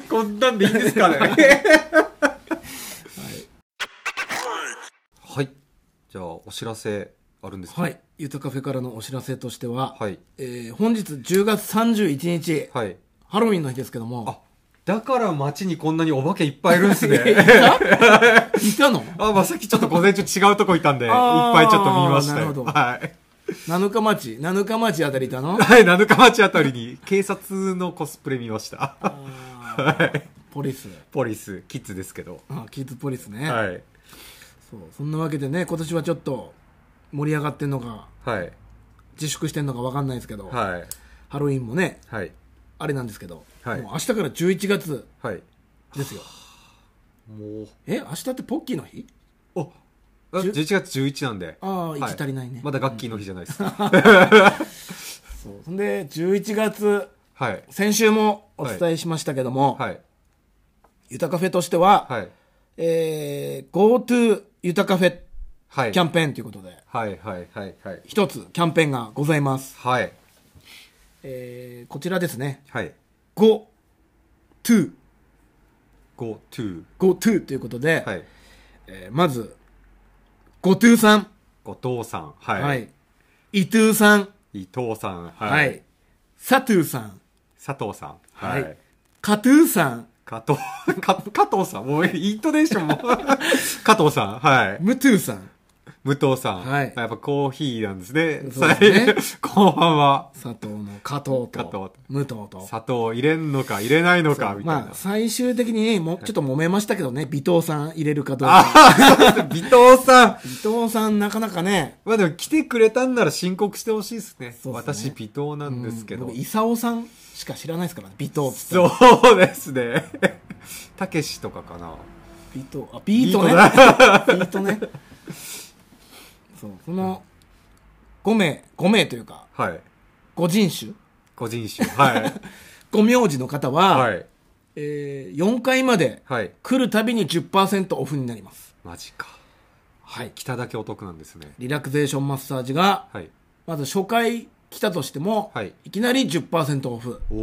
S2: こんなんでいいですかね。はい。はい。じゃあ、お知らせあるんですか
S1: はい。ゆたカフェからのお知らせとしては、
S2: はい。
S1: えー本日10月31日、
S2: はい。
S1: ハロウィンの日ですけども
S2: あ、だから街にこんなにお化けいっぱいいるんですね。
S1: いたの
S2: あ、まさきちょっと午前中違うとこいたんで、いっ
S1: あー
S2: ぱいちょっと見ました
S1: なるほ
S2: よ。
S1: ど
S2: はい。
S1: ?7 日町、7日町あたりいたの
S2: はい、七日町あたりに警察のコスプレ見ました。 [LAUGHS]
S1: ポリス。
S2: ポリス、キッズですけど。
S1: あキッズポリスね、
S2: はい。
S1: そう。そんなわけでね、今年はちょっと盛り上がってんのか、
S2: はい。
S1: 自粛してんのかわかんないですけど、
S2: はい。
S1: ハロウィンもね、
S2: はい。
S1: あれなんですけど、
S2: はい
S1: もう明日から11月
S2: はい。
S1: ですよ。
S2: も
S1: え、明日ってポッキーの日
S2: う、お11月11なんで。
S1: ああ、行き足りないね。
S2: まだ楽器の日じゃないです。
S1: そう。そんで、11月、
S2: はい。
S1: 先週もお伝えしましたけども、
S2: はい。
S1: ゆたカフェとしては、
S2: はい。
S1: えー、GoTo ゆたカフェ
S2: はい。
S1: キャンペーンということで、
S2: はい、はい、はい、はい。
S1: 一つキャンペーンがございます。
S2: はい。
S1: えー、こちらですね、
S2: はい。
S1: GoTo、
S2: go to.
S1: GoTo ということで、
S2: はい。
S1: えーまず、GoTo さん、
S2: 後藤さん。はい。
S1: はい、伊藤さん、
S2: 伊藤さん。
S1: は
S2: はい。
S1: い、佐藤さん、
S2: 佐藤さん。
S1: はい。加藤さん、
S2: 加藤、 [LAUGHS] か加藤さん。もう、イントネーションも。 [LAUGHS] 加藤さん。はい。
S1: ムトゥさん、
S2: 武藤さん。
S1: はい
S2: やっぱコーヒーなんですね。
S1: そうですね
S2: 後半は、
S1: 佐藤の加藤
S2: 加
S1: と
S2: 藤、
S1: 武藤と。
S2: 砂糖入れんのか入れないのか、みたい
S1: ま
S2: な
S1: あ、。最終的にね、もうちょっと揉めましたけどね、尾藤さん入れるかどうか。
S2: [LAUGHS] ああ、微糖さん。
S1: 尾藤さんなかなかね、
S2: まあでも来てくれたんなら申告してほしいですね。
S1: そうっす
S2: 私
S1: ね
S2: 微糖なんですけど。
S1: 僕、伊佐さんしか知らないですからね、尾藤っつって。
S2: そうですね。 [LAUGHS] たけしとかかな。
S1: ビート、あ、ビートね。 [LAUGHS] ビ
S2: ビ
S1: ートね。そう、その、5名、5名というか、
S2: はい。
S1: 5人種、
S2: 個人種。
S1: [LAUGHS]
S2: はい。
S1: 5名字の方は、
S2: はい。
S1: えー、4回まで
S2: はい。
S1: 来るたびに10%オフになります。
S2: マジか。
S1: はい。
S2: 来ただけお得なんですね。
S1: リラクゼーションマッサージが、
S2: はい。
S1: まず初回来たとしても、
S2: はい
S1: きなり10%オフ。
S2: お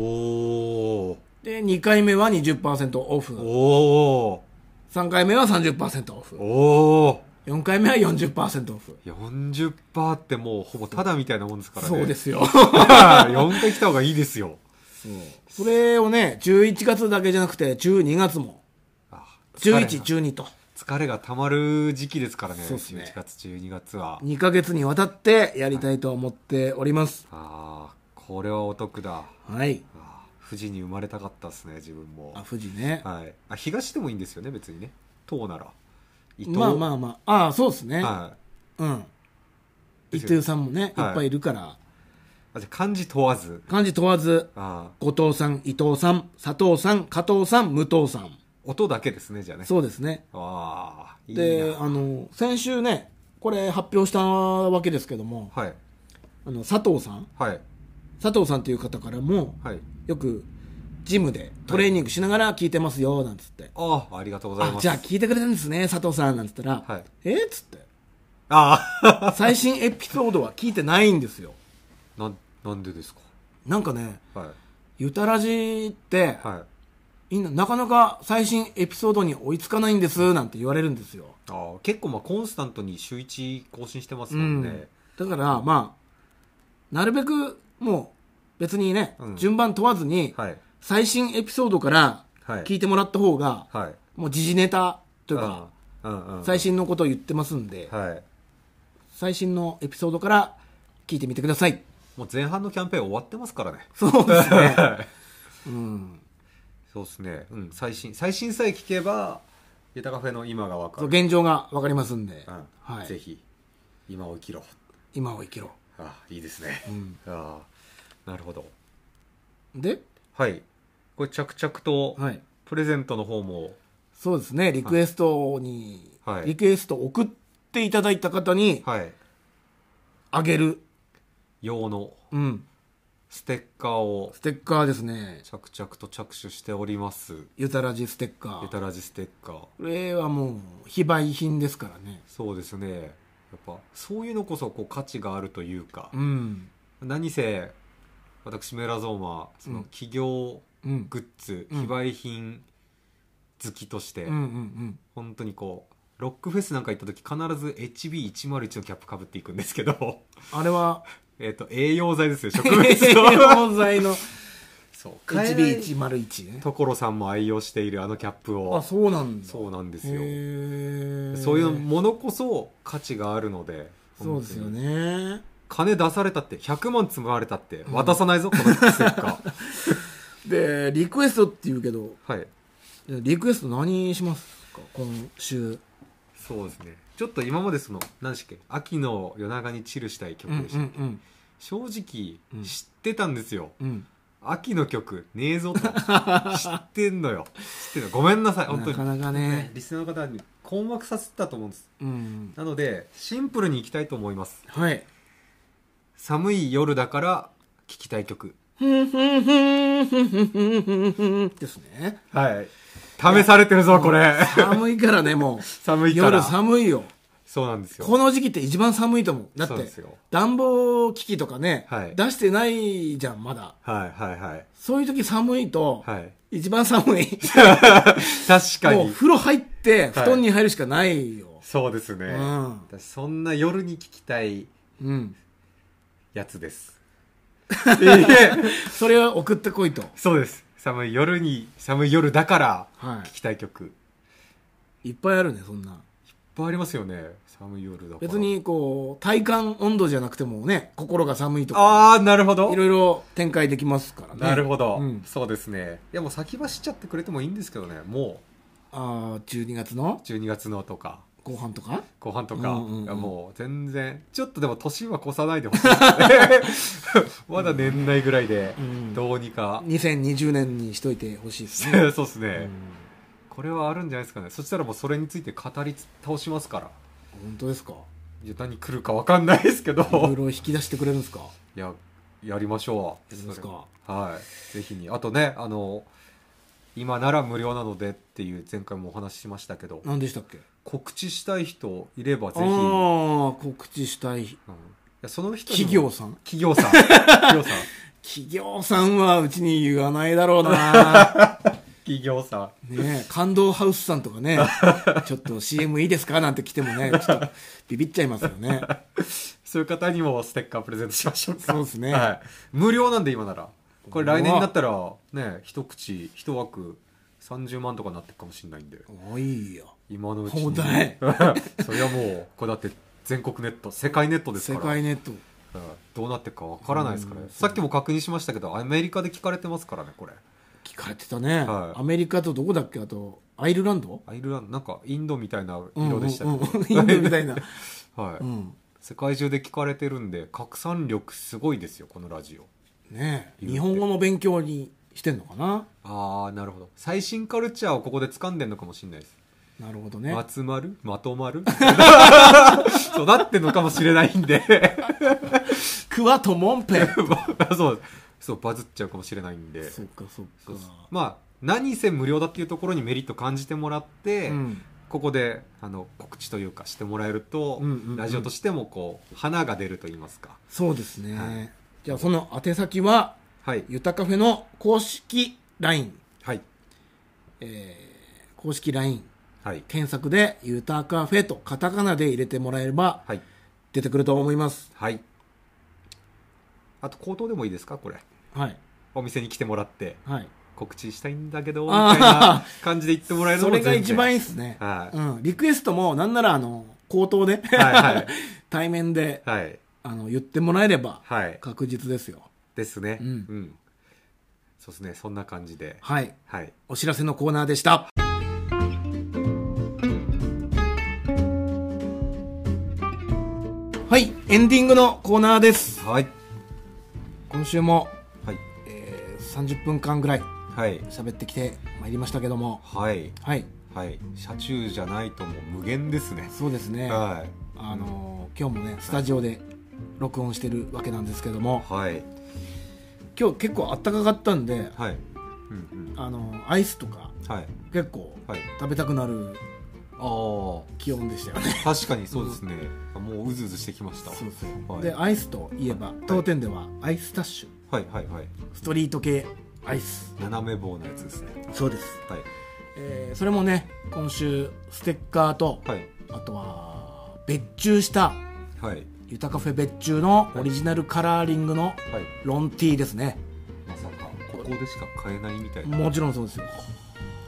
S2: ー。
S1: で、2回目は20%オフ。
S2: お
S1: 3回目は30%オ
S2: ー
S1: フ。
S2: おー
S1: 4回目は40%オフ。
S2: 40%ってもうほぼタダみたいなもんですからね。。
S1: そうですすよ。
S2: 4回来た方がいいですよ。
S1: そうそれをね、11月だけじゃなくて、12月も、
S2: あ疲れが
S1: 11、12と、
S2: 疲れが溜まる時期ですからね。
S1: そうっすね
S2: 11月、12月は。
S1: 2ヶ月にわたってやりたいと思っております。
S2: ああ、これはお得だ。
S1: はい。
S2: あー富士に生まれたかったですね、自分も
S1: あ、。富士ね。
S2: はい。あ、東でもいいんですよね、別にね。党なら伊藤
S1: まあまあまあああそうですね、
S2: はい
S1: うん伊
S2: ですよ
S1: 藤さんもねいっ
S2: はい
S1: ぱいいるから
S2: あじゃあ漢字問わず
S1: 漢字問わず
S2: ああ
S1: 後藤さん伊藤さん佐藤さん加藤さん武藤さん
S2: 音だけですねじゃあね
S1: そうですね
S2: ああいいな
S1: であの先週ねこれ発表したわけですけども
S2: はい
S1: あの佐藤さん
S2: はい
S1: 佐藤さんという方からも
S2: はい
S1: よくジムでトレーニングしながら聞いてますよなんつって、
S2: ああありがとうござい
S1: あ
S2: ます
S1: じゃあ聞いてくれたんですね佐藤さんなんつったら、
S2: はい
S1: えっつって
S2: ああ
S1: 最新エピソードは聞いてないんですよ
S2: [LAUGHS] なんなんでですか
S1: なんかね
S2: はい
S1: ゆたらじって、
S2: はい
S1: みんななかなか最新エピソードに追いつかないんですなんて言われるんですよ、
S2: あー結構まあコンスタントに週1更新してます
S1: う
S2: もん
S1: ん
S2: ね、
S1: だからまあなるべくもう別にね、
S2: うん
S1: 順番問わずに
S2: はい
S1: 最新エピソードから
S2: はい
S1: 聞いてもらった方が、
S2: はい
S1: もう時事ネタというか、
S2: うんうんうん、
S1: 最新のことを言ってますんで、
S2: はい
S1: 最新のエピソードから聞いてみてください
S2: もう前半のキャンペーン終わってますからね、
S1: そうですね
S2: はい
S1: うん、
S2: そうですね、うん、最新最新さえ聞けば「ゆたカフェ」の今がわか
S1: [LAUGHS] そう
S2: る、
S1: 現状が分かりますんで、
S2: うん
S1: は
S2: ぜ
S1: い、
S2: ひ今を生きろ
S1: 今を生きろ、
S2: あいいですね、
S1: うん
S2: あーなるほど
S1: で、
S2: はいこれ着々と
S1: はい、
S2: プレゼントの方も
S1: そうですねリクエストに、
S2: はい
S1: リクエスト送っていただいた方に
S2: はい
S1: あげる、
S2: 用の
S1: うん、
S2: ステッカーを
S1: ステッカーですね
S2: 着々と着手しております
S1: ゆたらじステッカー
S2: ゆたらじステッカー
S1: これはもう非売品ですからね
S2: そうですねやっぱそういうのこそこう価値があるというか
S1: う、ん
S2: 何せ私メラゾーマその
S1: うん
S2: 企業
S1: うん
S2: グッズ、
S1: うん
S2: 非売品好きとして、
S1: うんうんうん
S2: 本当にこうロックフェスなんか行った時必ず HB101 のキャップかぶっていくんですけど [LAUGHS]
S1: あれは
S2: えっと栄養剤ですよ植物
S1: 栄 [LAUGHS]
S2: の
S1: 養剤の
S2: そう買えない
S1: HB101 ね
S2: 所さんも愛用しているあのキャッ
S1: あ
S2: プを
S1: そうなんだ
S2: そうなんですよ
S1: へー
S2: そういうものこそ価値があるので
S1: そうですよ
S2: 本当に
S1: ね
S2: 金出されたって100万積まれたって渡さないぞ、このステッカ
S1: [LAUGHS]
S2: ー
S1: でリクエストって言うけど
S2: はい
S1: リクエスト何しますか今週
S2: そうですねちょっと今までその何でしたっけ秋の夜長にチルしたい曲でした、
S1: ん
S2: 正
S1: うん
S2: 直知ってたんですよ、
S1: うんうん
S2: 秋の曲ねえぞ
S1: [LAUGHS]
S2: と知ってんのよ知ってんのごめんなさい本当
S1: な
S2: に
S1: かなかね
S2: リスナーの方に困惑させたと思うんです
S1: うん
S2: なのでシンプルにいきたいと思います
S1: はい
S2: 寒い夜だから聴きたい曲
S1: ふんふんふんふんふんふんふんふんですね
S2: はい試されてるぞこれ
S1: 寒いからねも
S2: 寒
S1: う
S2: いか
S1: 夜
S2: ら
S1: 寒いよ
S2: そうなんですよ
S1: この時期って一番寒いと思うだっ
S2: そうで
S1: て
S2: すよ
S1: 暖房機器とかね、
S2: はい
S1: 出してないじゃんまだ
S2: はいはいはい
S1: そういう時寒いと、
S2: はい
S1: 一番寒い
S2: 確か
S1: もう
S2: に
S1: 風呂入って布
S2: はい
S1: 団に入るしかないよ、
S2: そうですね、
S1: うん
S2: 私そんな夜に聴きたい
S1: うん
S2: やつです
S1: [LAUGHS]
S2: いいえ
S1: それを送ってこいと
S2: そうです寒い夜に寒い夜だから
S1: は
S2: 聴きたい曲、いっ
S1: いいっぱいあるねそんな
S2: ぱいありますよね寒い夜だから
S1: 別にこう体感温度じゃなくてもね心が寒いとか
S2: ああなるほど
S1: いろいろ展開できますからね
S2: なるほど、
S1: うん
S2: そうですねいやもう先走っちゃってくれてもいいんですけどねも
S1: ああ12月の
S2: う12月のとか
S1: 後半とか
S2: 後半とか、
S1: うんうんうん
S2: いやもう全然ちょっとでも年は越さないでほしい [LAUGHS] まだ年内ぐらいで
S1: うん
S2: どうにか、
S1: 2020年にしといてほしいですね
S2: [LAUGHS] そうですね、これはあるんじゃないですかねそしたらもうそれについて語り倒しますから
S1: 本当ですか
S2: いや何来るか分かんないですけ
S1: [LAUGHS]
S2: ど
S1: いろいろ引き出してくれるんですか
S2: いややりましょう
S1: やりますか
S2: それはいぜひにあとねあの今なら無料なのでっていう前回もお話ししましたけど
S1: 何でしたっけ
S2: 告知したい人いればぜ
S1: あ
S2: ひ、うんい
S1: あ告知したい
S2: やその人に
S1: 企業
S2: も
S1: さん
S2: 企
S1: [LAUGHS]
S2: 業さん企業さん
S1: 企業さんはうちに言わないだろう
S2: [LAUGHS]
S1: な
S2: 企業さん
S1: ねえ感動ハウスさんとかねちょっと CM いいですかなんて来てもねちょっとビビっちゃいますよ
S2: [LAUGHS]
S1: ね
S2: そういう方にもステッカープレゼントしましょうか
S1: そうですね
S2: はい、無料なんで今ならこれ来年になったらね一口一枠30万とかなってくかもしれないんで
S1: おいいよ
S2: 今のうちに
S1: 放題
S2: [LAUGHS] それはもうこれだって全国ネット世界ネットです
S1: 世
S2: から
S1: 界ネット
S2: うんどうなってるかわからないですからね
S1: うん
S2: さっきも確認しましたけどアメリカで聞かれてますからねこれ
S1: 聞かれてたね、
S2: はい
S1: アメリカとどこだっけあとアイルランド
S2: アイルランドなんかインドみたいな
S1: うん
S2: 色でした
S1: うん
S2: け
S1: うん
S2: ど、
S1: イン
S2: [LAUGHS]
S1: ドみたいな、
S2: はい
S1: うん、
S2: 世界中で聞かれてるんで拡散力すごいですよこのラジオ
S1: ねえ
S2: 言うて
S1: 日本語の勉強にしてんのかな
S2: ああなるほど最新カルチャーをここで掴んでんのかもしれないです
S1: なるほどね
S2: まつまるまとまる [LAUGHS] そうなってんのかもしれないんで [LAUGHS]
S1: クワとモンペ
S2: そうそうバズっちゃうかもしれないんで
S1: そっかそっ
S2: [LAUGHS] そうそう
S1: か
S2: まあ何せ無料だっていうところにメリット感じてもらって、
S1: うん
S2: ここであの告知というかしてもらえると、
S1: うんうんうん
S2: ラジオとしてもこう花が出ると言いますか
S1: そうですね、
S2: はい
S1: じゃあその宛先は
S2: はい
S1: ゆたカフェの公式 LINE、
S2: はい
S1: えー公式 LINE
S2: はい
S1: 検索で「ゆたカフェ」とカタカナで入れてもらえれば
S2: はい
S1: 出てくると思います
S2: はいあと口頭でもいいですかこれ
S1: はい
S2: お店に来てもらって
S1: はい
S2: 告知したいんだけどみ
S1: あー
S2: たいな感じで言ってもらえる
S1: そ
S2: のも
S1: れ
S2: 全
S1: が
S2: 然
S1: 一番いいですね、
S2: はい
S1: うん、リクエストもなんならあの口頭で、
S2: はいはい
S1: [LAUGHS] 対面で
S2: はい
S1: あの言ってもらえれば
S2: はい
S1: 確実ですよ
S2: ですね
S1: うん
S2: そうですねそんな感じで
S1: はい
S2: はい
S1: お知らせのコーナーでしたはいエンディングのコーナーです
S2: はい
S1: 今週も、
S2: はい
S1: えー30分間ぐらい
S2: はい
S1: 喋ってきてまいりましたけども
S2: はい
S1: はい
S2: はい車中じゃないともう無限ですね
S1: そうですねあ
S2: はい
S1: のー今日もねスタジオで録音してるわけなんですけども
S2: はい
S1: 今日結構あったかかったんで
S2: はいうん
S1: あのーアイスとか
S2: うんはい
S1: 結構
S2: はい
S1: 食べたくなる
S2: あ
S1: 気温でしたよね
S2: あ確かにそうですね、もううずうずしてきました
S1: そうそう、
S2: はい
S1: でアイスといえば、当店ではアイスタッシュ
S2: はいはいはい
S1: ストリート系アイス
S2: 斜め棒のやつですね
S1: そうです、
S2: はい
S1: えーそれもね今週ステッカーと、
S2: はい
S1: あとは別注した
S2: はい
S1: ゆたカフェ別注のオリジナルカラーリングの
S2: はい
S1: ロン T ですね
S2: まさかここでしか買えないみたいな
S1: もちろんそうですよ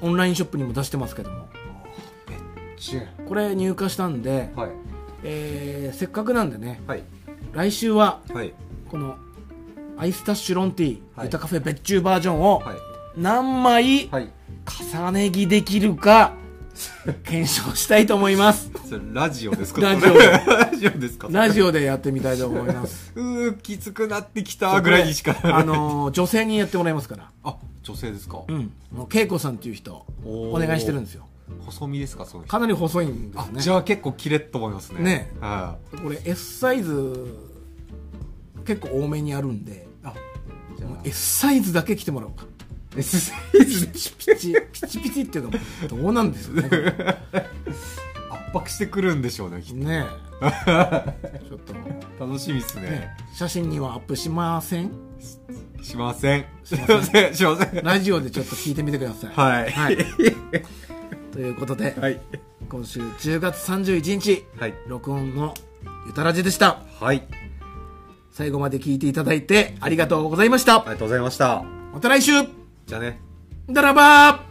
S1: オンラインショップにも出してますけども
S2: ち
S1: これ入荷したんで、
S2: はい
S1: えーせっかくなんでね
S2: はい
S1: 来週は
S2: はい
S1: このアイスタッシュロン T、
S2: はい
S1: ゆたカフェ別注バージョンを
S2: はい
S1: 何枚、
S2: はい
S1: 重ね着できるか検証したいと思い
S2: [LAUGHS]
S1: ます
S2: それラジオですか
S1: ラジオ
S2: ラジオですか
S1: ラジオでやってみたいと思い
S2: [LAUGHS]
S1: ます
S2: うーきつくなってきたぐらいにしか
S1: あのー女性にやってもらいますから
S2: あ女性ですか、
S1: うんもう恵子さんっていう人
S2: お
S1: お
S2: ー
S1: 願いしてるんですよ
S2: 細身ですかその人
S1: かなり細いんで
S2: あ
S1: すね
S2: じゃあ結構キレッと思いますね
S1: ね
S2: は
S1: これ S サイズ結構多めにあるんで
S2: いあじゃ
S1: もう
S2: あ
S1: S サイズだけ着てもらおうか
S2: S サイズ
S1: ピチピチピチピチっていうのもどうなんですよねこれ
S2: 圧迫してくるんでしょうねきっ
S1: ねえ [LAUGHS] ちょっと、
S2: と楽しみですね
S1: ね、写真にはアップしません
S2: しません
S1: し
S2: し
S1: ま
S2: ま
S1: せ
S2: せ
S1: ん
S2: ん [LAUGHS] しません
S1: ラジオでちょっと聞いてみてください
S2: はい [LAUGHS]
S1: はい、ということで、
S2: はい
S1: 今週10月31日
S2: はい
S1: 録音のゆたらじでした
S2: はい
S1: 最後まで聞いていただいてありがとうございました
S2: ありがとうございました
S1: また来週
S2: じゃあね
S1: だらばー